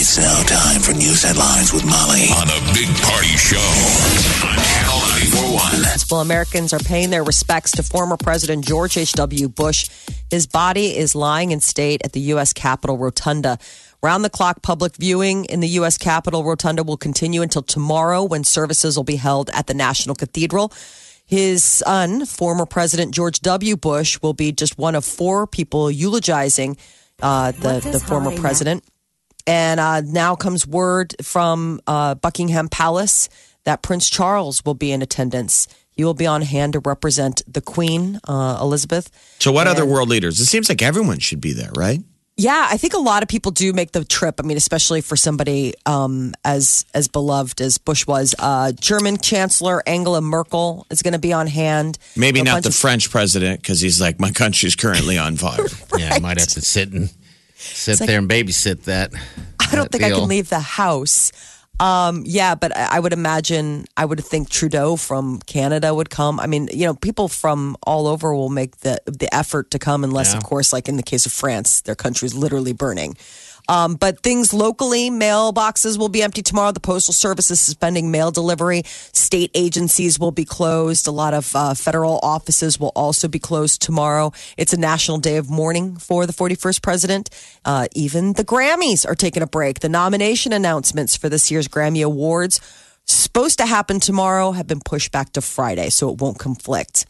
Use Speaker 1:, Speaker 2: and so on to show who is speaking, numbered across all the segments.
Speaker 1: It's now time for news headlines with Molly on the Big Party Show on Channel 941.
Speaker 2: Well, Americans are paying their respects to former President George H.W. Bush. His body is lying in state at the U.S. Capitol Rotunda. Round the clock public viewing in the U.S. Capitol Rotunda will continue until tomorrow when services will be held at the National Cathedral. His son, former President George W. Bush, will be just one of four people eulogizing uh, the, the former president. And uh, now comes word from uh, Buckingham Palace that Prince Charles will be in attendance. He will be on hand to represent the Queen, uh, Elizabeth.
Speaker 3: So, what other world leaders? It seems like everyone should be there, right?
Speaker 2: Yeah, I think a lot of people do make the trip. I mean, especially for somebody um, as as beloved as Bush was. Uh, German Chancellor Angela Merkel is going to be on hand.
Speaker 3: Maybe
Speaker 2: A
Speaker 3: not
Speaker 2: bunch
Speaker 3: the
Speaker 2: of-
Speaker 3: French president because he's like, my country's currently on fire.
Speaker 4: Yeah, I might have to sit and sit there and babysit that.
Speaker 2: I don't think I can leave the house. Um, yeah, but I, I would imagine, I would think Trudeau from Canada would come. I mean, you know, people from all over will make the the effort to come, unless, of
Speaker 4: Yeah.
Speaker 2: course, like in the case of France, their country's literally burning. Um, but things locally, mailboxes will be empty tomorrow. The Postal Service is suspending mail delivery. State agencies will be closed. A lot of uh, federal offices will also be closed tomorrow. It's a national day of mourning for the 41st president. Uh, even the Grammys are taking a break. The nomination announcements for this year's Grammy Awards supposed to happen tomorrow have been pushed back to Friday, so it won't conflict.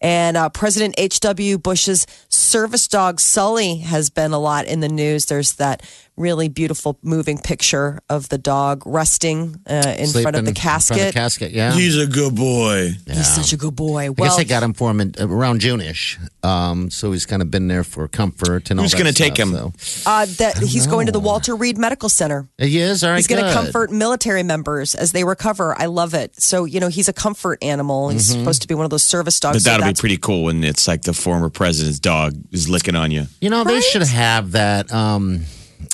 Speaker 2: And uh, President H.W. Bush's service dog Sully has been a lot in the news. There's that really beautiful moving picture of the dog resting uh, in front of the casket.
Speaker 4: In front of the casket, yeah.
Speaker 3: a good boy.
Speaker 2: He's such a good boy.
Speaker 4: I
Speaker 2: Well,
Speaker 4: guess they got him for him in, uh, around June-ish, um, so he's kind of been there for comfort and all
Speaker 3: Who's
Speaker 4: going
Speaker 3: gonna
Speaker 4: to
Speaker 3: take him?
Speaker 2: uh, that he's going to the Walter Reed Medical Center.
Speaker 4: Uh, He is all right.
Speaker 2: He's going to
Speaker 4: good.
Speaker 2: comfort military members as they recover. I love it. So you know he's a comfort animal. He's supposed to be one of those service dogs.
Speaker 3: But
Speaker 2: so
Speaker 3: that'll be
Speaker 2: that's-
Speaker 3: pretty cool when it's like the former president's dog is licking on you.
Speaker 4: You know, they should have that um,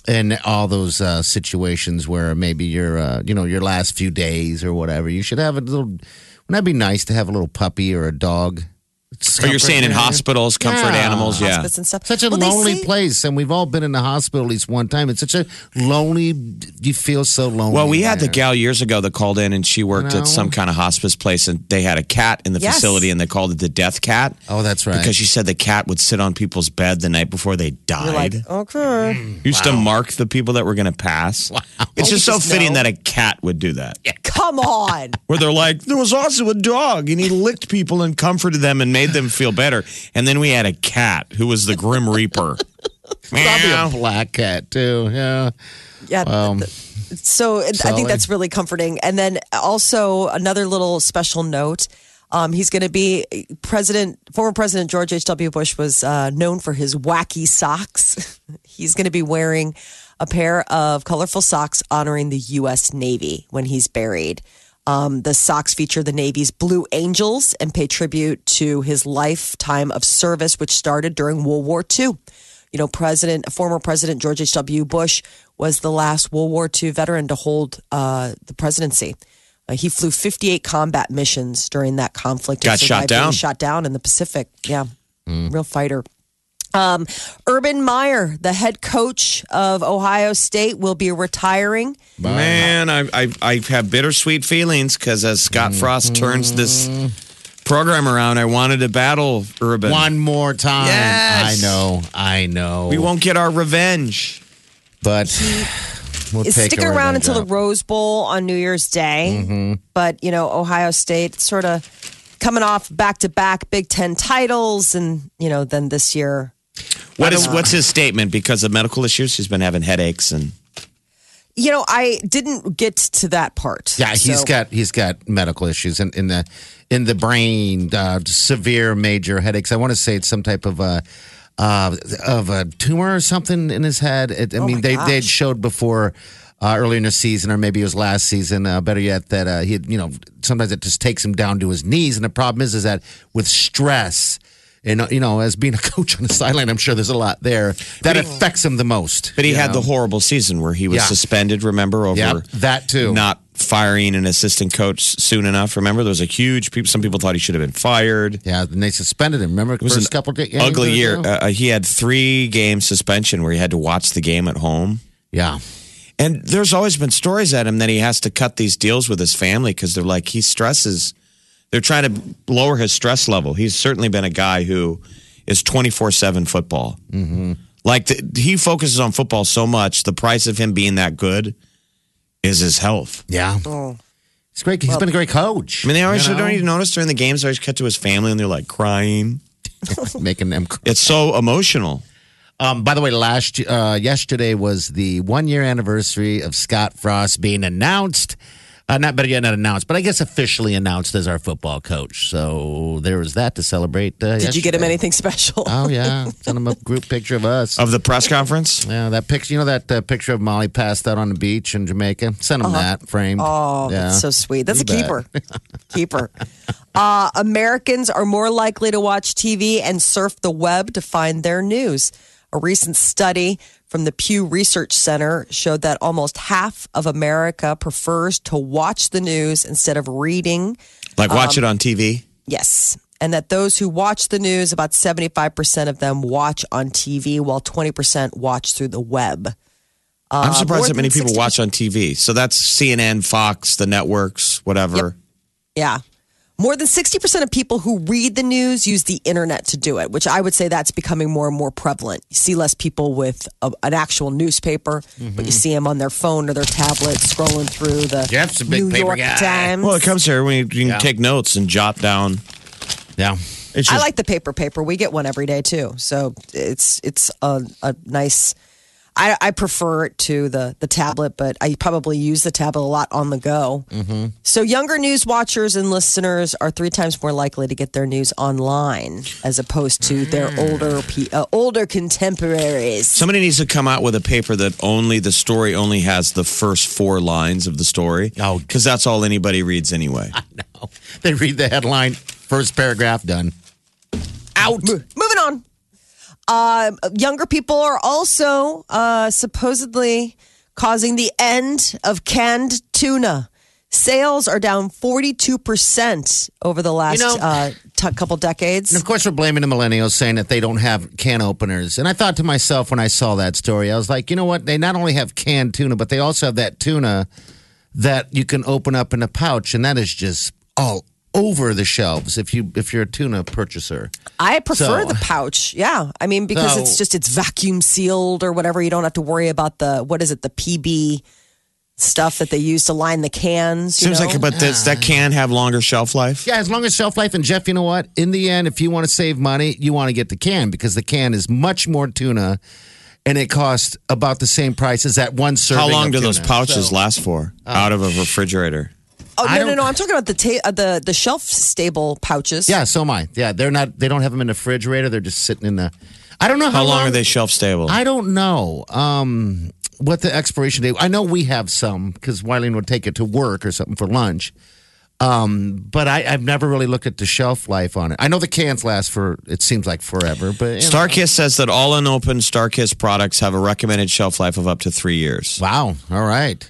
Speaker 4: in all those uh, situations where maybe your, uh, you know, your last few days or whatever. You should have a little. Wouldn't that be nice to have a little puppy or a dog?
Speaker 3: Or Oh, you're saying in hospitals, comfort
Speaker 4: Yeah.
Speaker 3: animals, yeah.
Speaker 2: hospice and stuff.
Speaker 4: Such a
Speaker 2: Well, they
Speaker 4: lonely
Speaker 2: say-
Speaker 4: place, and we've all been in the hospital at least one time. It's such a lonely. You feel so lonely.
Speaker 3: Well, we had the
Speaker 4: there.
Speaker 3: gal years ago that called in and she worked at some kind of hospice place and they had a cat in the
Speaker 2: Yes.
Speaker 3: facility and they called it the death cat.
Speaker 4: Oh, that's right.
Speaker 3: Because she said the cat would sit on people's bed the night before they died.
Speaker 2: You're like okay.
Speaker 3: used to mark the people that were going to pass. It's just so
Speaker 2: just
Speaker 3: fitting
Speaker 2: know.
Speaker 3: that a cat would do that.
Speaker 2: Come on.
Speaker 3: Where they're like, there was also a dog, and he licked people and comforted them and made them feel better. And then we had a cat who was the Grim Reaper.
Speaker 4: probably a
Speaker 3: Meow.
Speaker 4: black cat too. Yeah.
Speaker 2: Yeah. th- th- so it- I think
Speaker 4: Sully.
Speaker 2: that's really comforting. And then also another little special note. Um, he's going to be president. Former President George H. W. Bush was uh, known for his wacky socks. he's going to be wearing a pair of colorful socks honoring the U.S. Navy when he's buried. Um, the socks feature the Navy's Blue Angels and pay tribute to his lifetime of service, which started during World War II. You know, President, former President George H.W. Bush was the last World War II veteran to hold uh, the presidency. Uh, he flew 58 combat missions during that conflict. and
Speaker 3: Got shot
Speaker 2: survived being
Speaker 3: down. Mm.
Speaker 2: Shot down in the Pacific. Yeah, real fighter. Um, Urban Meyer, the head coach of Ohio State, will be retiring.
Speaker 3: Man, I, I, I have bittersweet feelings because as Scott Frost turns this program around, I wanted to battle Urban.
Speaker 4: One more time.
Speaker 3: Yes.
Speaker 4: I know. I know.
Speaker 3: We won't get our revenge.
Speaker 4: But we'll
Speaker 2: Is
Speaker 4: take
Speaker 2: sticking
Speaker 4: a
Speaker 2: around
Speaker 4: revenge
Speaker 2: until the
Speaker 4: out.
Speaker 2: Rose Bowl on New Year's Day.
Speaker 3: Mm-hmm.
Speaker 2: But, you know, Ohio State sort of coming off back to back Big Ten titles. And, you know, then this year,
Speaker 3: What is what's his statement? Because of medical issues, he's been having headaches and
Speaker 2: you know, I didn't get to that part.
Speaker 4: Yeah, he's
Speaker 2: So-
Speaker 4: got he's got medical issues in, in the in the brain, uh, severe major headaches. I want to say it's some type of a uh, of a tumor or something in his head. It, I
Speaker 2: Oh my
Speaker 4: mean, they they
Speaker 2: gosh.
Speaker 4: showed before. uh, earlier in the season, or maybe it was last season. Uh, better yet, that uh, he, had, you know, sometimes it just takes him down to his knees. And the problem is, is that with stress, and uh, you know, as being a coach on the sideline, I'm sure there's a lot there that affects him the most.
Speaker 3: But he had the horrible season where he was
Speaker 4: Yeah.
Speaker 3: suspended, remember, over
Speaker 4: Yep, that too.
Speaker 3: not firing an assistant coach soon enough. Remember, there was a huge, people, some people thought he should have been fired.
Speaker 4: Yeah, and they suspended him. Remember,
Speaker 3: It was
Speaker 4: first
Speaker 3: an
Speaker 4: couple ga- games
Speaker 3: ugly
Speaker 4: or
Speaker 3: year.
Speaker 4: so?
Speaker 3: Uh, he had three game suspension where he had to watch the game at home.
Speaker 4: yeah,
Speaker 3: And there's always been stories at him that he has to cut these deals with his family because they're like he stresses. They're trying to lower his stress level. He's certainly been a guy who is 24 7 football. Mm-hmm. Like the, he focuses on football so much, the price of him being that good is his health.
Speaker 4: yeah.
Speaker 2: oh,
Speaker 4: It's great. He's been a great coach.
Speaker 3: I mean, they always
Speaker 4: you know,
Speaker 3: don't even notice during the games. They always cut to his family and they're like crying.
Speaker 4: making them. cr-
Speaker 3: It's so emotional.
Speaker 4: Um, by the way, last uh, yesterday was the one year anniversary of Scott Frost being announced. Uh, not better yet, not announced, but I guess officially announced as our football coach. So there was that to celebrate. Uh,
Speaker 2: Did you get him
Speaker 4: yesterday.
Speaker 2: anything special?
Speaker 4: Oh yeah, sent him a group picture of us.
Speaker 2: Um,
Speaker 3: Of the press conference,
Speaker 4: Yeah, that picture. You know that uh, picture of Molly passed out on the beach in Jamaica. Sent him that framed.
Speaker 2: Uh-huh. Oh,
Speaker 4: yeah.
Speaker 2: that's so sweet. That's a
Speaker 4: You bet.
Speaker 2: keeper. keeper. Uh, Americans are more likely to watch TV and surf the web to find their news. A recent study from the Pew Research Center showed that almost half of America prefers to watch the news instead of reading.
Speaker 3: like watch
Speaker 4: Um,
Speaker 3: it on TV.
Speaker 2: Yes. And that those who watch the news, about 75% of them watch on TV, while 20% watch through the web. Uh,
Speaker 3: I'm
Speaker 4: uh,
Speaker 2: more
Speaker 3: surprised that
Speaker 2: than
Speaker 3: many people
Speaker 2: 60%
Speaker 3: watch on TV. So that's CNN, Fox, the networks, whatever.
Speaker 2: Yeah. More than 60% of people who read the news use the internet to do it, which I would say that's becoming more and more prevalent. You see less people with a, an actual newspaper,
Speaker 3: Mm-hmm.
Speaker 2: but you see them on their phone or their tablet scrolling through the
Speaker 4: Jeff's a big
Speaker 2: New
Speaker 4: paper
Speaker 2: York
Speaker 4: guy.
Speaker 2: Times.
Speaker 3: Well, it comes here when you, you can
Speaker 4: Yeah.
Speaker 3: take notes and jot down.
Speaker 4: yeah.
Speaker 3: It's
Speaker 2: I
Speaker 3: just-
Speaker 2: like the paper paper. We get one every day too. So it's it's a, a nice I, I prefer it to the the tablet, but I probably use the tablet a lot on the go. Mm-hmm. So younger news watchers and listeners are three times more likely to get their news online as opposed to their
Speaker 3: Mm.
Speaker 2: older pe- uh, older contemporaries.
Speaker 3: somebody needs to come out with a paper that only the story only has the first four lines of the story.
Speaker 4: Oh.
Speaker 3: because that's all anybody reads anyway.
Speaker 4: No, they read the headline, first paragraph done.
Speaker 2: Out. Moving on. Uh, younger people are also uh, supposedly causing the end of canned tuna. Sales are down 42% over the last
Speaker 4: You know-
Speaker 2: uh, t- couple decades.
Speaker 4: And of course, we're blaming the millennials, saying that they don't have can openers. And I thought to myself when I saw that story, I was like, you know what? They not only have canned tuna, but they also have that tuna that you can open up in a pouch, and that is just all over the shelves if you if you're a tuna purchaser.
Speaker 2: I prefer
Speaker 4: So-
Speaker 2: the pouch. Yeah. I mean, because
Speaker 4: So-
Speaker 2: it's just, it's vacuum sealed or whatever. You don't have to worry about the, what is it, the PB stuff that they use to line the cans. You
Speaker 3: Seems
Speaker 2: know?
Speaker 3: like, but this, that can have longer shelf life.
Speaker 4: Yeah, as long as shelf life. And Jeff, you know what? In the end, if you want to save money, you want to get the can because the can is much more tuna, and it costs about the same price as that one serving.
Speaker 3: How long
Speaker 4: of
Speaker 3: do those
Speaker 4: tuna.
Speaker 3: pouches
Speaker 4: So- Oh.
Speaker 3: last for out of a refrigerator?
Speaker 2: oh,
Speaker 4: I
Speaker 2: no, no,
Speaker 4: don't-
Speaker 2: no. I'm talking about the, ta- uh, the, the shelf stable pouches.
Speaker 4: Yeah, so am I. Yeah, they're not. They don't have them in the refrigerator. They're just sitting in the. I don't know how,
Speaker 3: How long are they shelf stable?
Speaker 4: I don't know um, what the expiration date. I know we have some because Wileen would take it to work or something for lunch. Um, but I, I've never really looked at the shelf life on it. I know the cans last for it seems like forever, but you know.
Speaker 3: Starkist says that all unopened Starkist products have a recommended shelf life of up to three years.
Speaker 4: wow, all right.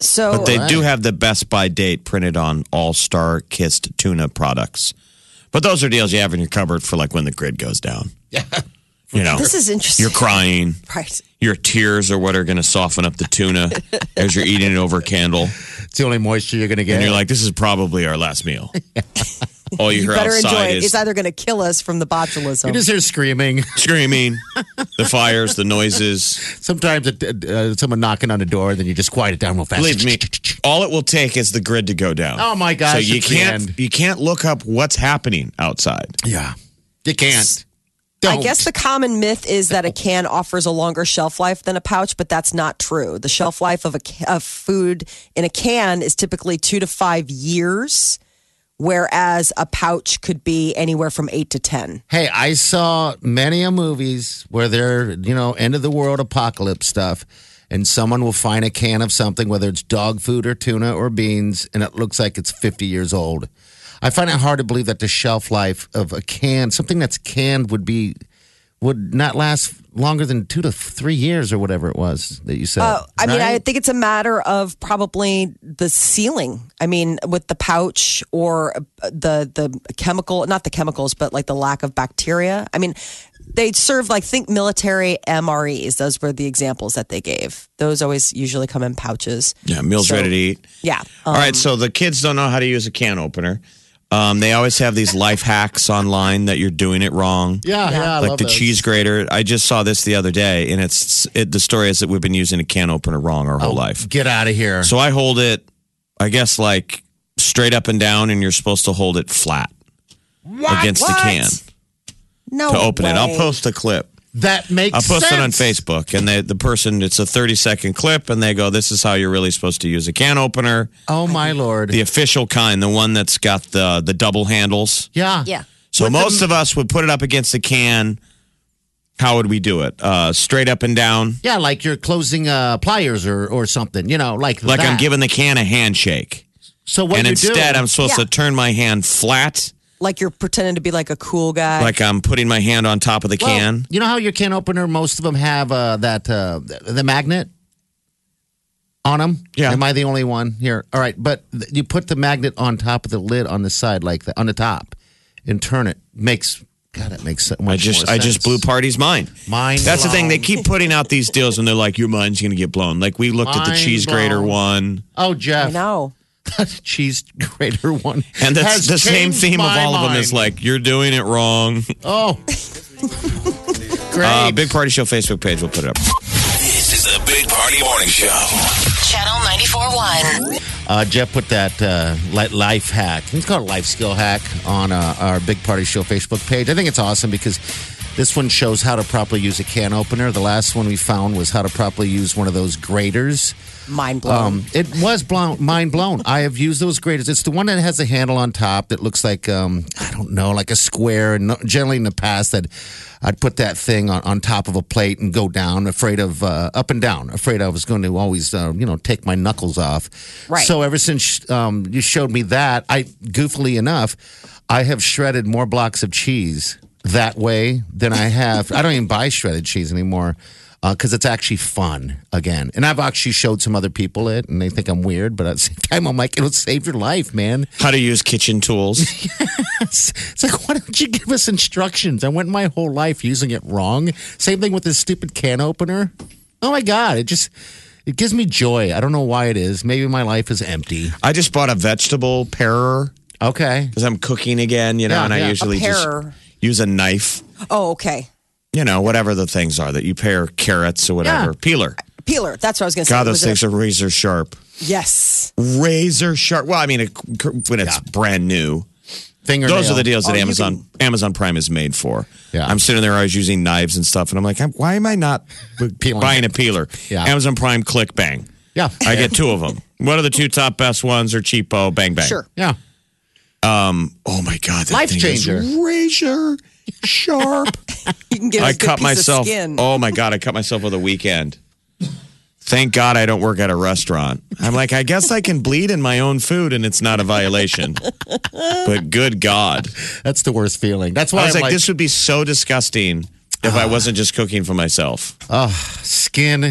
Speaker 2: So
Speaker 3: But they
Speaker 4: Alright.
Speaker 3: do have the best by date printed on all star kissed tuna products. But those are deals you have in your cupboard for like when the grid goes down. Yeah. You know,
Speaker 2: This is interesting.
Speaker 3: you're crying.
Speaker 2: Right.
Speaker 3: Your tears are what are going to soften up the tuna as you're eating it over a candle.
Speaker 4: It's the only moisture you're gonna get.
Speaker 3: And you're like, this is probably our last meal. All you, hear
Speaker 2: Better enjoy
Speaker 3: outside
Speaker 2: it.
Speaker 3: is
Speaker 2: It's either going to kill us from the botulism.
Speaker 4: you just hear screaming.
Speaker 3: screaming, the fires, the noises.
Speaker 4: Sometimes it, uh, someone knocking on the door, then you just quiet it down real fast.
Speaker 3: Believe me, all it will take is the grid to go down.
Speaker 4: Oh my gosh,
Speaker 3: So you
Speaker 4: it's the
Speaker 3: can't
Speaker 4: end.
Speaker 3: you can't look up what's happening outside.
Speaker 4: Yeah, you can't.
Speaker 2: I guess the common myth is that a can offers a longer shelf life than a pouch, but that's not true. The shelf life of a ca- of food in a can is typically two to five years, whereas a pouch could be anywhere from eight to ten.
Speaker 4: Hey, I saw many a movies where they're, you know, end of the world apocalypse stuff. and someone will find a can of something, whether it's dog food or tuna or beans, and it looks like it's 50 years old. I find it hard to believe that the shelf life of a can, something that's canned, would be would not last longer than two to three years or whatever it was that you said.
Speaker 2: Uh, I mean, I
Speaker 4: right?
Speaker 2: think it's a matter of probably the sealing. I mean, with the pouch or uh, the the chemical, not the chemicals, but like the lack of bacteria. I mean, they serve like think military MREs. Those were the examples that they gave. Those always usually come in pouches.
Speaker 3: Yeah, meals
Speaker 2: So-
Speaker 3: ready to eat.
Speaker 2: Yeah. Um,
Speaker 3: All right, so the kids don't know how to use a can opener. Um, they always have these life hacks online that you're doing it wrong.
Speaker 4: yeah, yeah, I
Speaker 3: like
Speaker 4: love
Speaker 3: the
Speaker 4: those.
Speaker 3: cheese grater. I just saw this the other day, and it's it, the story is that we've been using a can opener wrong our whole life.
Speaker 4: Get out of here.
Speaker 3: So I hold it, I guess, like straight up and down, and you're supposed to hold it flat against the
Speaker 2: What?
Speaker 3: can
Speaker 2: No.
Speaker 3: to open it. I'll
Speaker 2: way.
Speaker 3: post a clip.
Speaker 4: that makes
Speaker 3: I'll post it on
Speaker 4: sense.
Speaker 3: Facebook, and they, the person, it's a 30 second clip, and they go, This is how you're really supposed to use a can opener.
Speaker 4: Oh my lord.
Speaker 3: The official kind, the one that's got the, the double handles.
Speaker 4: yeah.
Speaker 2: Yeah.
Speaker 3: So most of us would put it up against the can. How would we do it? Uh, straight up and down,
Speaker 4: Yeah, like you're closing uh, pliers or, or something, you know, like
Speaker 3: like I'm
Speaker 4: that.
Speaker 3: giving the can a handshake,
Speaker 4: So what
Speaker 3: and
Speaker 4: you
Speaker 3: instead
Speaker 4: do,
Speaker 3: I'm supposed
Speaker 2: Yeah.
Speaker 3: to turn my hand flat,
Speaker 2: Like you're pretending to be like a cool guy.
Speaker 3: like I'm putting my hand on top of the
Speaker 4: Well,
Speaker 3: can.
Speaker 4: You know how your can opener, most of them have uh, that uh, th- the magnet on them.
Speaker 3: Yeah.
Speaker 4: Am I the only one here? All right, but th- you put the magnet on top of the lid on the side, like the, on the top, and turn it. Makes God, it makes so much
Speaker 3: I just
Speaker 4: more
Speaker 3: I just
Speaker 4: sense.
Speaker 3: blew party's mind.
Speaker 4: Mind
Speaker 3: That's the thing. They
Speaker 4: blown.
Speaker 3: keep putting out these deals, and they're like, "Your mind's gonna get blown." Like we looked at the
Speaker 4: Mind
Speaker 3: cheese grater one,
Speaker 4: Oh,
Speaker 2: I
Speaker 4: Jeff,
Speaker 2: know.
Speaker 4: cheese grater one,
Speaker 3: and that's
Speaker 4: has
Speaker 3: the same
Speaker 4: changed
Speaker 3: theme of
Speaker 4: my
Speaker 3: all of them is
Speaker 4: mind.
Speaker 3: like, "You're doing it wrong."
Speaker 4: oh, great.
Speaker 3: Uh, Big Party Show Facebook page. We'll put it up.
Speaker 1: This is the Big Party Morning Show.
Speaker 5: Channel 94.1.
Speaker 4: Uh, Jeff put that uh, li- life hack. It's called a life skill hack on uh, our Big Party Show Facebook page. I think it's awesome because this one shows how to properly use a can opener. The last one we found was how to properly use one of those graters.
Speaker 2: Mind blown.
Speaker 4: Um, it was blown, mind blown. I have used those graters. It's the one that has a handle on top that looks like um, I don't know, like a square. And no- generally in the past, that I'd put that thing on, on top of a plate and go down, afraid of uh, up and down, afraid I was going to always uh, you know take my knuckles off.
Speaker 2: Right.
Speaker 4: So ever since um, you showed me that, I goofily enough, I have shredded more blocks of cheese that way than I have. I don't even buy shredded cheese anymore because it's actually fun again. And I've actually showed some other people it, and they think I'm weird, but at the same time, I'm like, it'll save your life, man.
Speaker 3: How to use kitchen tools.
Speaker 4: It's, it's like, why don't you give us instructions? I went my whole life using it wrong. Same thing with this stupid can opener. Oh my god, it just. It gives me joy. I don't know why it is. Maybe my life is empty.
Speaker 3: I just bought a vegetable parer.
Speaker 4: Okay.
Speaker 3: because I'm cooking again, you know,
Speaker 4: Yeah,
Speaker 3: and I
Speaker 4: yeah. A
Speaker 3: usually just
Speaker 2: parer.
Speaker 3: use a knife,
Speaker 2: oh, okay.
Speaker 3: you know, whatever the things are that you pare carrots or whatever. Peeler.
Speaker 2: Peeler. That's what I was going to say.
Speaker 3: God, those
Speaker 2: Was it
Speaker 3: things
Speaker 2: a-
Speaker 3: are razor sharp.
Speaker 2: Yes.
Speaker 3: Razor sharp. Well, I mean, it, when it's brand new,
Speaker 4: Fingernail.
Speaker 3: those are the deals that
Speaker 2: Oh, you
Speaker 3: Amazon Amazon Prime is made for.
Speaker 4: Yeah.
Speaker 3: I'm sitting there, I was using knives and stuff, and I'm like, I'm, why am I not
Speaker 4: Peeling
Speaker 3: buying
Speaker 4: it.
Speaker 3: a peeler?
Speaker 4: Yeah.
Speaker 3: Amazon Prime, click bang.
Speaker 4: Yeah.
Speaker 3: I get two of them. What are the two top best ones? Are cheapo, bang bang.
Speaker 2: Sure.
Speaker 4: Yeah.
Speaker 3: Oh my God, that
Speaker 4: Life
Speaker 3: thing is
Speaker 4: changer.
Speaker 3: razor sharp.
Speaker 2: You can get a
Speaker 3: I
Speaker 2: good
Speaker 3: cut
Speaker 2: piece of
Speaker 3: myself.
Speaker 2: skin.
Speaker 3: Oh my god, I cut myself over the weekend. Thank God I don't work at a restaurant. I'm like, I guess I can bleed in my own food and it's not a violation. But good God.
Speaker 4: That's the worst feeling. That's why
Speaker 3: I was
Speaker 4: I'm
Speaker 3: like, this would be so disgusting if I wasn't just cooking for myself.
Speaker 4: skin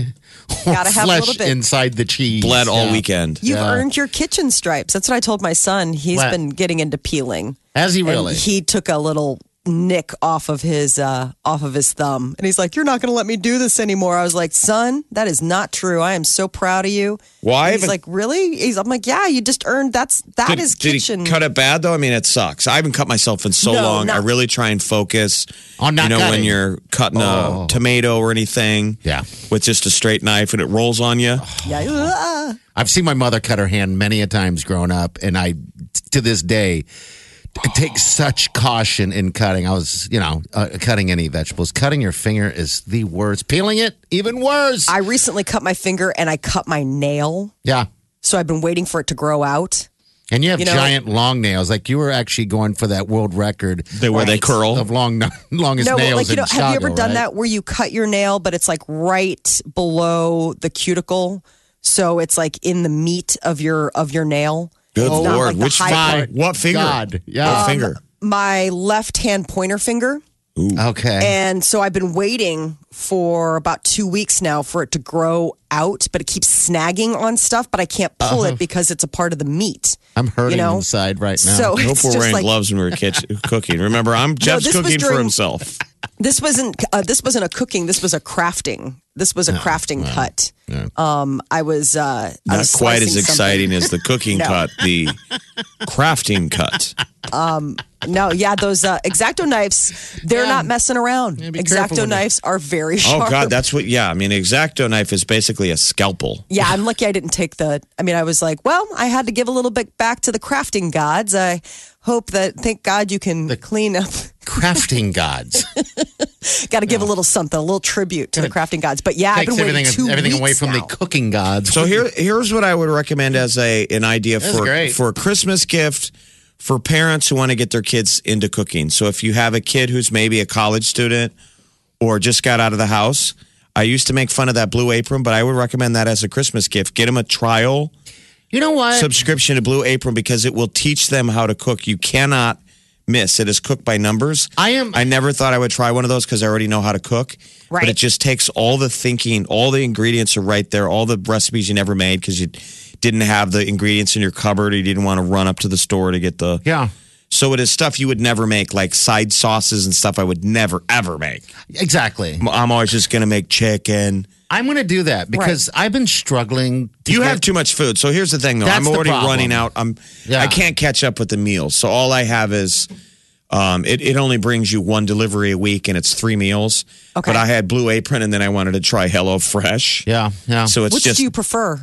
Speaker 4: or
Speaker 2: Gotta have a
Speaker 4: flesh
Speaker 2: little bit.
Speaker 4: inside the cheese.
Speaker 3: Bled all
Speaker 4: Yeah.
Speaker 3: weekend.
Speaker 2: You've
Speaker 4: Yeah.
Speaker 2: earned your kitchen stripes. That's what I told my son. He's
Speaker 4: What?
Speaker 2: been getting into peeling.
Speaker 4: Has he really?
Speaker 2: And he took a little nick off of his uh off of his thumb. And he's like, You're not gonna let me do this anymore. I was like, son, that is not true. I am so proud of you.
Speaker 3: Well, I
Speaker 2: And he's
Speaker 3: haven't-
Speaker 2: like, Really? He's I'm like, Yeah, you just earned that's that
Speaker 3: Did,
Speaker 2: is
Speaker 3: did
Speaker 2: kitchen.
Speaker 3: he cut it bad though? I mean, it sucks. I haven't cut myself in so
Speaker 2: No,
Speaker 3: long. I
Speaker 2: not-
Speaker 3: really try and focus
Speaker 4: On not
Speaker 3: You know
Speaker 4: cutting. Oh.
Speaker 3: when you're cutting a tomato or anything,
Speaker 4: Yeah. Oh.
Speaker 3: with just a straight knife and it rolls on you.
Speaker 2: yeah. Ah.
Speaker 4: I've seen my mother cut her hand many a times growing up, and I, to this day, t- take such caution in cutting. I was, you know, uh, cutting any vegetables. Cutting your finger is the worst. Peeling it, even worse.
Speaker 2: I recently cut my finger and I cut my nail.
Speaker 4: yeah.
Speaker 2: So I've been waiting for it to grow out.
Speaker 4: And you have
Speaker 2: You know-
Speaker 4: giant long nails. Like you were actually going for that world record.
Speaker 3: They- where they Right. curl.
Speaker 4: of long, longest
Speaker 2: No,
Speaker 4: nails.
Speaker 2: but like you
Speaker 4: in
Speaker 2: know, have you
Speaker 4: Chicago,
Speaker 2: ever done
Speaker 4: right?
Speaker 2: that where you cut your nail, but it's like right below the cuticle, so it's like in the meat of your of your nail.
Speaker 3: Good
Speaker 2: It's not
Speaker 3: lord,
Speaker 2: like the
Speaker 3: which
Speaker 2: high
Speaker 3: finger?
Speaker 4: part.
Speaker 3: What finger?
Speaker 4: God, yeah.
Speaker 3: What
Speaker 4: Um,
Speaker 3: finger?
Speaker 2: My left hand pointer finger,
Speaker 4: Okay.
Speaker 2: and so I've been waiting for about two weeks now for it to grow out, but it keeps snagging on stuff, but I can't pull
Speaker 4: Uh-huh.
Speaker 2: it because it's a part of the meat.
Speaker 4: I'm
Speaker 2: you
Speaker 4: hurting
Speaker 2: know,
Speaker 4: inside right now.
Speaker 2: So
Speaker 3: I hope
Speaker 2: Um, it's
Speaker 3: we're
Speaker 2: just
Speaker 3: wearing
Speaker 2: like
Speaker 3: gloves when we're kitchen, cooking. Remember, I'm Jeff's
Speaker 2: this was
Speaker 3: cooking for
Speaker 2: during-
Speaker 3: himself.
Speaker 2: this wasn't uh, this wasn't a cooking. This was a crafting. This was a
Speaker 4: Oh,
Speaker 2: crafting cut. Um, I was uh, I
Speaker 3: Not
Speaker 2: was
Speaker 3: quite as
Speaker 2: slicing something.
Speaker 3: exciting as the cooking
Speaker 2: No.
Speaker 3: cut, the crafting cut.
Speaker 2: No, yeah, those uh, exacto knives, they're not messing around.
Speaker 4: be careful
Speaker 2: exacto
Speaker 4: with it.
Speaker 2: knives are very
Speaker 3: Oh
Speaker 2: sharp.
Speaker 3: God, that's what. Yeah, I mean, exacto knife is basically a scalpel.
Speaker 2: yeah, I'm lucky I didn't take the. I mean, I was like, well, I had to give a little bit back to the crafting gods. I hope that, thank God, you can clean up.
Speaker 4: crafting gods
Speaker 2: Got to give a little something, a little tribute to the crafting gods. But yeah, I've
Speaker 4: takes
Speaker 2: been waiting
Speaker 4: everything
Speaker 2: two
Speaker 4: everything away
Speaker 2: weeks
Speaker 4: from
Speaker 2: now.
Speaker 4: the cooking gods.
Speaker 3: So here, here's what I would recommend as a an idea
Speaker 4: That's
Speaker 3: for
Speaker 4: great.
Speaker 3: for a Christmas gift for parents who want to get their kids into cooking. So if you have a kid who's maybe a college student or just got out of the house, I used to make fun of that Blue Apron, but I would recommend that as a Christmas gift. Get them a trial
Speaker 4: you know what?
Speaker 3: subscription to Blue Apron because it will teach them how to cook. You cannot miss. It is cooked by numbers.
Speaker 4: I am-
Speaker 3: I never thought I would try one of those because I already know how to cook. But
Speaker 2: Right.
Speaker 3: it just takes all the thinking. All the ingredients are right there. All the recipes you never made because you didn't have the ingredients in your cupboard or you didn't want to run up to the store to get the.
Speaker 4: yeah.
Speaker 3: So it is stuff you would never make, like side sauces and stuff I would never, ever make.
Speaker 4: Exactly.
Speaker 3: I'm always just going to make chicken.
Speaker 4: I'm going to do that because I've been struggling. To
Speaker 3: You
Speaker 4: get-
Speaker 3: have too much food. So here's the thing, though.
Speaker 4: That's
Speaker 3: I'm
Speaker 4: the
Speaker 3: already
Speaker 4: problem.
Speaker 3: running out. I'm.
Speaker 4: Yeah.
Speaker 3: I can't catch up with the meals. So all I have is, um, it, it only brings you one delivery a week, and it's three meals.
Speaker 2: Okay.
Speaker 3: But I had Blue Apron, and then I wanted to try Hello Fresh.
Speaker 4: Yeah. Yeah.
Speaker 3: So it's
Speaker 2: Which
Speaker 3: just
Speaker 2: do you prefer?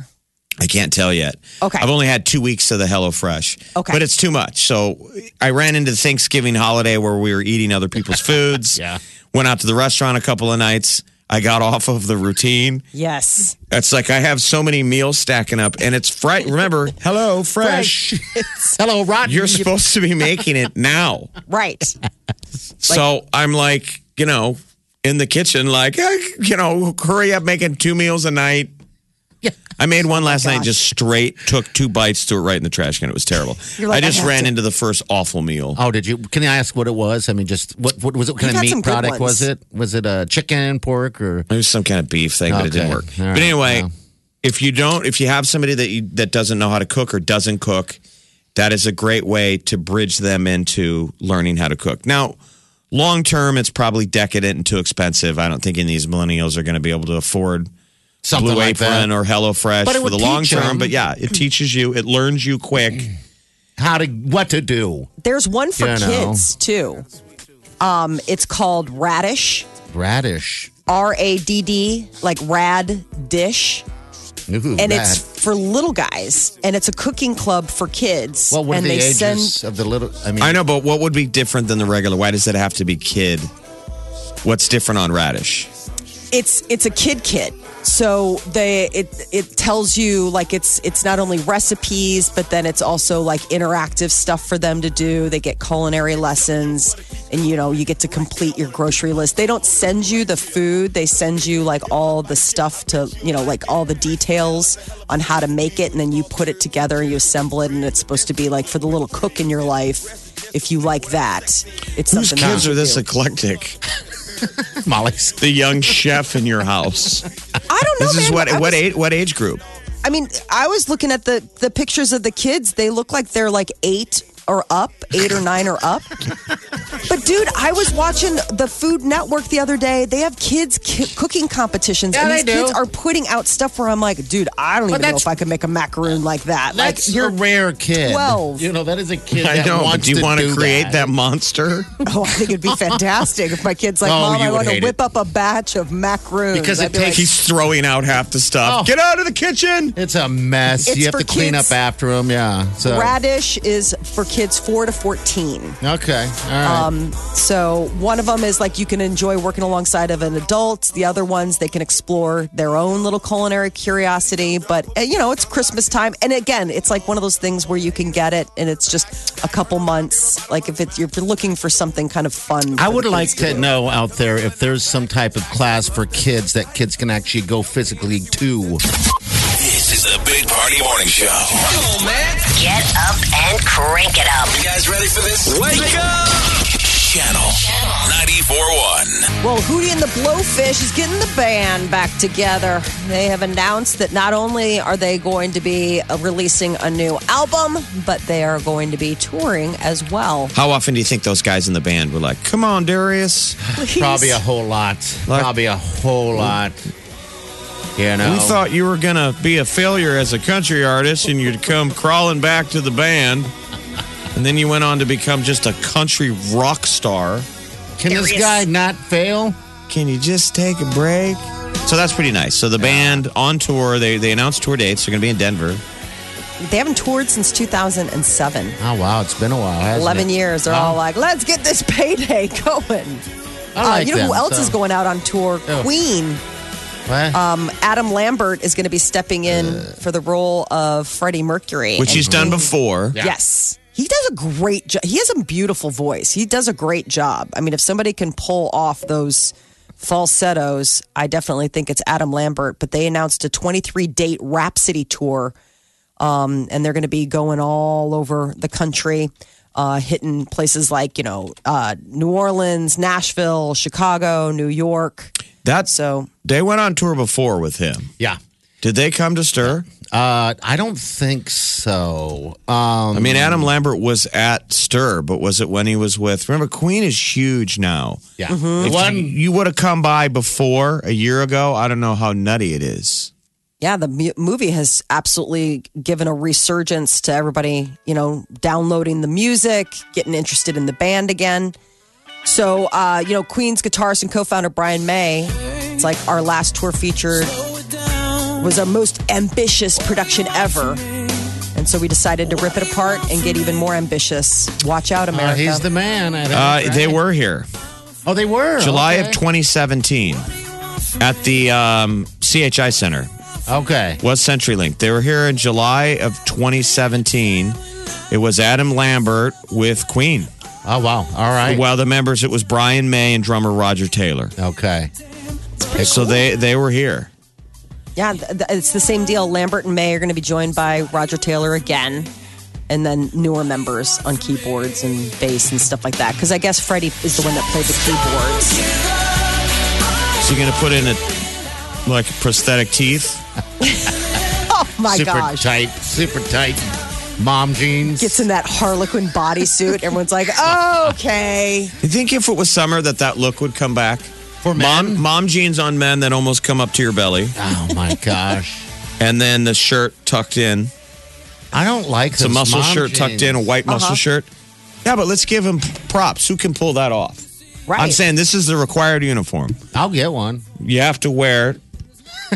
Speaker 3: I can't tell yet.
Speaker 2: Okay.
Speaker 3: I've only had two weeks of the HelloFresh.
Speaker 2: Okay.
Speaker 3: But it's too much. So I ran into the Thanksgiving holiday where we were eating other people's foods.
Speaker 4: Yeah.
Speaker 3: Went out to the restaurant a couple of nights. I got off of the routine.
Speaker 2: Yes.
Speaker 3: It's like I have so many meals stacking up, and it's fright. Remember, Hello Fresh.
Speaker 4: hello, Rotten.
Speaker 3: You're supposed to be making it now.
Speaker 2: Right.
Speaker 3: so I'm like, you know, in the kitchen, like, eh, you know, hurry up, making two meals a night.
Speaker 4: Yeah.
Speaker 3: I made one last night,
Speaker 2: Oh gosh.
Speaker 3: just straight took two bites, threw it right in the trash can. It was terrible.
Speaker 2: You're like,
Speaker 3: I
Speaker 2: I
Speaker 3: just
Speaker 2: have
Speaker 3: ran
Speaker 2: to.
Speaker 3: into the first awful meal.
Speaker 4: Oh, did you? Can I ask what it was? I mean, just what, what was it? What kind
Speaker 2: You've
Speaker 4: of
Speaker 2: had
Speaker 4: meat
Speaker 2: some good
Speaker 4: product
Speaker 2: ones.
Speaker 4: was it? Was it a chicken, pork, or
Speaker 3: It was some kind of beef thing, but it didn't
Speaker 4: Okay.
Speaker 3: work. but
Speaker 4: All right.
Speaker 3: anyway, if you don't, if you have somebody that you, that doesn't know how to cook or doesn't cook, that is a great way to bridge them into learning how to cook. Now, long term, it's probably decadent and too expensive. I don't think any of these millennials are going to be able to afford
Speaker 4: something
Speaker 3: Blue
Speaker 4: like
Speaker 3: Apron
Speaker 4: that?
Speaker 3: or HelloFresh
Speaker 4: But it
Speaker 3: for
Speaker 4: would
Speaker 3: the long
Speaker 4: teach
Speaker 3: term.
Speaker 4: 'em.
Speaker 3: But yeah, it teaches you, it learns you quick.
Speaker 4: How to what to do?
Speaker 2: There's one for
Speaker 4: You know.
Speaker 2: kids, too. Um, it's called Radish.
Speaker 4: Radish.
Speaker 2: R A D D, like rad dish.
Speaker 4: Ooh,
Speaker 2: And
Speaker 4: rad.
Speaker 2: it's for little guys. And it's a cooking club for kids.
Speaker 4: well, what are
Speaker 2: and
Speaker 4: the
Speaker 2: they
Speaker 4: ages
Speaker 2: send
Speaker 4: of the little? I mean,
Speaker 3: I know, but what would be different than the regular? Why does it have to be kid? What's different on radish?
Speaker 2: it's it's a kid kit. So they it it tells you like it's it's not only recipes, but then it's also like interactive stuff for them to do. They get culinary lessons and you know, you get to complete your grocery list. They don't send you the food, they send you like all the stuff to you know, like all the details on how to make it and then you put it together and you assemble it and it's supposed to be like for the little cook in your life. If you like that, it's
Speaker 3: Whose
Speaker 2: something that
Speaker 3: kids
Speaker 2: you
Speaker 3: are this
Speaker 2: do.
Speaker 3: eclectic?
Speaker 4: Molly's.
Speaker 3: The young chef in your house.
Speaker 2: I don't know.
Speaker 3: This is
Speaker 2: man.
Speaker 3: what
Speaker 2: I
Speaker 3: what
Speaker 2: was-
Speaker 3: age what age group?
Speaker 2: I mean, I was looking at the the pictures of the kids. They look like they're like eight or up, eight or nine or up. But dude, I was watching the Food Network the other day. They have kids ki- cooking competitions,
Speaker 4: Yeah,
Speaker 2: and
Speaker 4: they
Speaker 2: these kids
Speaker 4: do.
Speaker 2: are putting out stuff where I'm like, dude, I don't
Speaker 4: But
Speaker 2: even know
Speaker 4: that's-
Speaker 2: if I could make a macaroon like that. Like
Speaker 4: That's
Speaker 2: you're
Speaker 4: a rare kid.
Speaker 2: 12.
Speaker 4: You know, that is a kid.
Speaker 3: I
Speaker 4: that
Speaker 3: know. But
Speaker 4: Wants
Speaker 3: do you
Speaker 4: want to
Speaker 3: create that, monster?
Speaker 2: oh, I think it'd be fantastic if my kids like,
Speaker 4: Oh,
Speaker 2: mom,
Speaker 4: you
Speaker 2: I
Speaker 4: would
Speaker 2: want to
Speaker 4: hate
Speaker 2: whip
Speaker 4: it.
Speaker 2: up a batch of macaroons
Speaker 4: Because
Speaker 2: I'd
Speaker 4: it
Speaker 2: be like,
Speaker 4: takes-
Speaker 3: He's throwing out half the stuff.
Speaker 4: Oh.
Speaker 3: Get out of the kitchen.
Speaker 4: It's a mess.
Speaker 2: It's
Speaker 4: you have
Speaker 2: for
Speaker 4: to clean
Speaker 2: kids.
Speaker 4: up after them. Yeah. So
Speaker 2: Radish is for kids four to fourteen.
Speaker 4: okay. All right.
Speaker 2: Um, so one of them is like you can enjoy working alongside of an adult. The other ones they can explore their own little culinary curiosity. But uh, you know, it's Christmas time, and again, it's like one of those things where you can get it, and it's just a couple months. Like if it's, you're looking for something kind of fun,
Speaker 4: I
Speaker 2: for
Speaker 4: would
Speaker 2: the
Speaker 4: like
Speaker 2: kids
Speaker 4: to
Speaker 2: do.
Speaker 4: know out there if there's some type of class for kids that kids can actually go physically to.
Speaker 1: This is the Big Party Morning Show. You
Speaker 5: Get up and crank it up.
Speaker 1: guys ready for this? Wake up! Channel 94.1.
Speaker 2: Well, Hootie and the Blowfish is getting the band back together. They have announced that not only are they going to be uh, releasing a new album, but they are going to be touring as well.
Speaker 3: How often do you think those guys in the band were like, come on, Darius?
Speaker 4: Probably a whole lot.
Speaker 3: Like-
Speaker 4: Probably a whole lot. You know,
Speaker 3: We thought you were going to be a failure as a country artist and you'd come crawling back to the band. And then you went on to become just a country rock star.
Speaker 4: can this guy not fail?
Speaker 3: Can you just take a break? So that's pretty nice. So the band on tour, they, they announced tour dates. They're going to be in Denver.
Speaker 2: They haven't toured since 2007.
Speaker 4: Oh wow, it's been a while. Hasn't
Speaker 2: 11
Speaker 4: it?
Speaker 2: years. They're all like, let's get this payday going.
Speaker 4: I like
Speaker 2: Uh, you know
Speaker 4: them,
Speaker 2: who else
Speaker 4: so-
Speaker 2: is going out on tour?
Speaker 4: Oh.
Speaker 2: Queen.
Speaker 4: What?
Speaker 2: Um, Adam Lambert is going to be stepping in for the role of Freddie Mercury.
Speaker 3: which
Speaker 2: And
Speaker 3: he's done
Speaker 4: Mm-hmm.
Speaker 3: before.
Speaker 4: Yeah.
Speaker 2: Yes. He does a great job. He has a beautiful voice. He does a great job. I mean, if somebody can pull off those falsettos, I definitely think it's Adam Lambert. But they announced a 23 date Rhapsody tour, um, and they're going to be going all over the country, uh, hitting places like, you know, uh, New Orleans, Nashville, Chicago, New York.
Speaker 3: That's
Speaker 2: So
Speaker 3: they went on tour before with him.
Speaker 4: yeah.
Speaker 3: Did they come to Stir?
Speaker 4: Uh, I don't think so. Um,
Speaker 3: I mean, Adam Lambert was at Stir, but was it when he was with? Remember, Queen is huge now.
Speaker 4: yeah.
Speaker 3: If
Speaker 2: Mm-hmm.
Speaker 4: The
Speaker 3: you,
Speaker 4: Mm. one
Speaker 3: would have come by before a year ago. I don't know how nutty it is.
Speaker 2: yeah, the mu- movie has absolutely given a resurgence to everybody, you know, downloading the music, getting interested in the band again. So, uh, you know, Queen's guitarist and co founder Brian May, it's like our last tour featured was our most ambitious production ever. And so we decided to rip it apart and get even more ambitious. Watch out,
Speaker 4: uh,
Speaker 2: America.
Speaker 4: he's the man. I think,
Speaker 3: Uh,
Speaker 4: right?
Speaker 3: They were here
Speaker 4: Oh, they were.
Speaker 3: July
Speaker 4: okay.
Speaker 3: of 2017 at the um, CHI Center.
Speaker 4: Okay.
Speaker 3: was CenturyLink. They were here in July of 2017. It was Adam Lambert with Queen.
Speaker 4: Oh wow. All right.
Speaker 3: Well, the members it was Brian May and drummer Roger Taylor.
Speaker 4: Okay.
Speaker 3: So they they were here.
Speaker 2: Yeah, th- th- it's the same deal. Lambert and May are going to be joined by Roger Taylor again, and then newer members on keyboards and bass and stuff like that. Because I guess Freddie is the one that played the keyboards.
Speaker 3: So you're gonna put in a like prosthetic teeth.
Speaker 2: Oh my
Speaker 4: super
Speaker 2: gosh!
Speaker 4: tight. Super tight. Mom jeans.
Speaker 2: Gets in that Harlequin bodysuit. Everyone's like, okay.
Speaker 3: You think if it was summer that that look would come back?
Speaker 4: For
Speaker 3: Mom
Speaker 4: men?
Speaker 3: mom jeans on men that almost come up to your belly,
Speaker 4: Oh my gosh.
Speaker 3: and then the shirt tucked in.
Speaker 4: I don't like
Speaker 3: It's a
Speaker 4: those
Speaker 3: muscle
Speaker 4: mom
Speaker 3: shirt tucked in,
Speaker 4: jeans.
Speaker 3: a white muscle shirt. Yeah, but let's give him props. Who can pull that off?
Speaker 2: Right.
Speaker 3: I'm saying this is the required uniform.
Speaker 4: I'll get one.
Speaker 3: you have to wear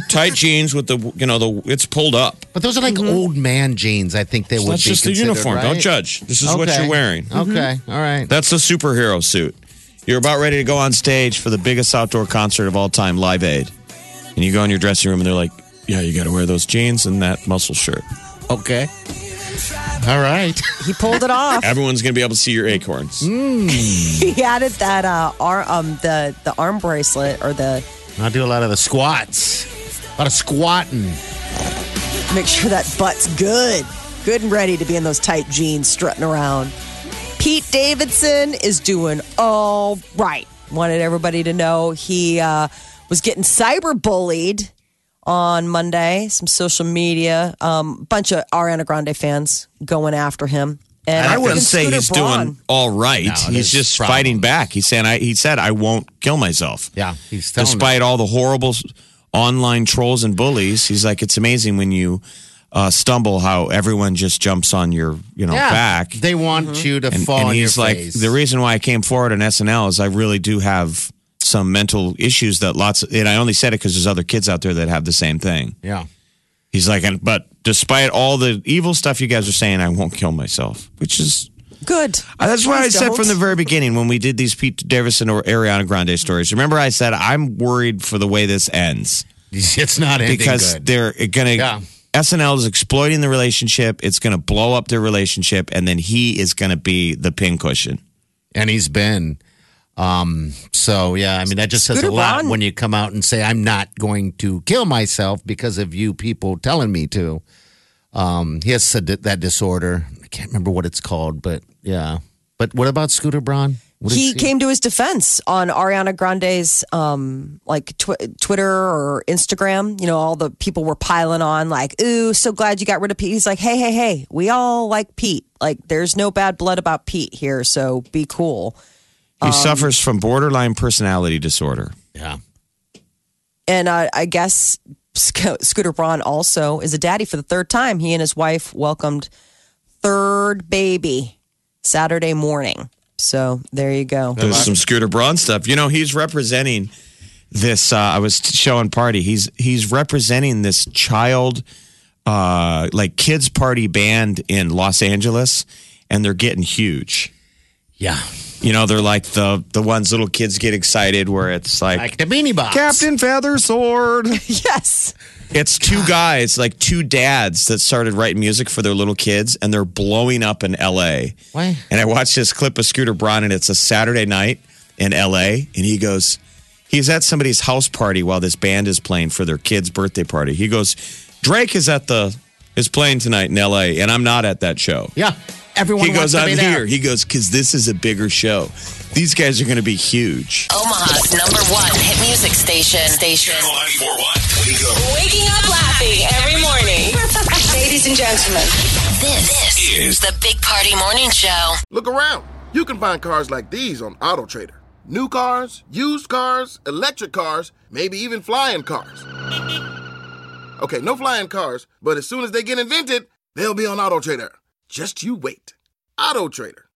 Speaker 3: tight jeans with the you know the it's pulled up.
Speaker 4: But those are like
Speaker 2: Mm-hmm.
Speaker 4: old man jeans. I think they would
Speaker 3: That's
Speaker 4: be
Speaker 3: just the
Speaker 4: considered,
Speaker 3: uniform. Don't
Speaker 4: right?
Speaker 3: judge. This is what
Speaker 4: Okay.
Speaker 3: you're wearing.
Speaker 4: Okay. All right.
Speaker 3: That's the superhero suit. You're about ready to go on stage for the biggest outdoor concert of all time, Live Aid, and you go in your dressing room and they're like, "Yeah, you got to wear those jeans and that muscle shirt.
Speaker 4: Okay. All right.
Speaker 2: He pulled it off.
Speaker 3: Everyone's gonna be able to see your acorns."
Speaker 4: Mm,
Speaker 2: he added that uh, arm, um, the the arm bracelet or the
Speaker 4: I do a lot of the squats. A lot of squatting.
Speaker 2: make sure that butt's good, good and ready to be in those tight jeans strutting around. Pete Davidson is doing all right. Wanted everybody to know he uh, was getting cyberbullied on Monday. Some social media, um, bunch of Ariana Grande fans going after him. And
Speaker 3: I
Speaker 2: freaking
Speaker 3: wouldn't say
Speaker 2: Scooter
Speaker 3: he's
Speaker 2: Braun.
Speaker 3: doing all right. he's
Speaker 4: there's
Speaker 3: just
Speaker 4: problems.
Speaker 3: fighting back. He's saying, I, he said, I won't kill myself.
Speaker 4: Yeah, he's telling
Speaker 3: Despite all the horrible s- online trolls and bullies, he's like, it's amazing when you uh, stumble how everyone just jumps on your, you know, back.
Speaker 4: They want you to
Speaker 3: Mm-hmm. and,
Speaker 4: fall
Speaker 3: and
Speaker 4: on
Speaker 3: he's
Speaker 4: your
Speaker 3: like,
Speaker 4: face.
Speaker 3: the reason why I came forward on SNL is I really do have some mental issues that lots, and I only said it because there's other kids out there that have the same thing.
Speaker 4: yeah.
Speaker 3: He's like, and, but despite all the evil stuff you guys are saying, I won't kill myself, which is
Speaker 2: Good.
Speaker 3: Uh, That's what I
Speaker 2: Please
Speaker 3: said
Speaker 2: don't.
Speaker 3: from the very beginning when we did these Pete Davidson or Ariana Grande stories. Remember, I said I'm worried for the way this ends
Speaker 4: It's not ending
Speaker 3: because
Speaker 4: good.
Speaker 3: they're going to.
Speaker 4: Yeah.
Speaker 3: SNL is exploiting the relationship. It's going to blow up their relationship, and then he is going to be the pincushion.
Speaker 4: and he's been. Um, so yeah, I mean that just says
Speaker 2: Scooter
Speaker 4: a lot
Speaker 2: Braun.
Speaker 4: when you come out and say I'm not going to kill myself because of you people telling me to. Um, he has said that, that disorder. I can't remember what it's called, but yeah. But what about Scooter Braun? What
Speaker 2: he
Speaker 4: is
Speaker 2: came to his defense on Ariana Grande's um, like tw- Twitter or Instagram. You know, all the people were piling on like, "Ooh, so glad you got rid of Pete." He's like, "Hey, hey, hey, we all like Pete. Like, there's no bad blood about Pete here, so be cool."
Speaker 3: He suffers from borderline personality disorder.
Speaker 4: Yeah.
Speaker 2: And uh, I guess Sco- Scooter Braun also is a daddy for the third time. He and his wife welcomed third baby Saturday morning. So there you go.
Speaker 3: There's some Scooter Braun stuff. You know, he's representing this. Uh, I was showing party. He's he's representing this child, uh, like kids party band in Los Angeles, and they're getting huge.
Speaker 4: Yeah.
Speaker 3: You know, they're like the the ones little kids get excited where it's like.
Speaker 4: Like the beanie box.
Speaker 3: Captain Feather Sword.
Speaker 2: Yes.
Speaker 3: It's two guys, like two dads, that started writing music for their little kids, and they're blowing up in L.A.
Speaker 4: Why?
Speaker 3: And I watched this clip of Scooter Braun, and it's a Saturday night in LA, and he goes, he's at somebody's house party while this band is playing for their kid's birthday party. He goes, Drake is at the is playing tonight in LA, and I'm not at that show.
Speaker 4: Yeah. Everyone
Speaker 3: He goes,
Speaker 4: wants to
Speaker 3: I'm
Speaker 4: be
Speaker 3: here.
Speaker 4: there.
Speaker 3: He goes, because this is a bigger show. These guys are going to be huge.
Speaker 5: Omaha's number one hit music station. Station.
Speaker 1: Channel 94.1. Wake up.
Speaker 6: Waking up laughing every morning. Ladies and gentlemen,
Speaker 5: This, is
Speaker 1: Is-
Speaker 5: the Big Party Morning Show.
Speaker 7: Look around. You can find cars like these on AutoTrader. New cars, used cars, electric cars, maybe even flying cars. Okay, no flying cars, but as soon as they get invented, they'll be on AutoTrader. Just you wait. AutoTrader.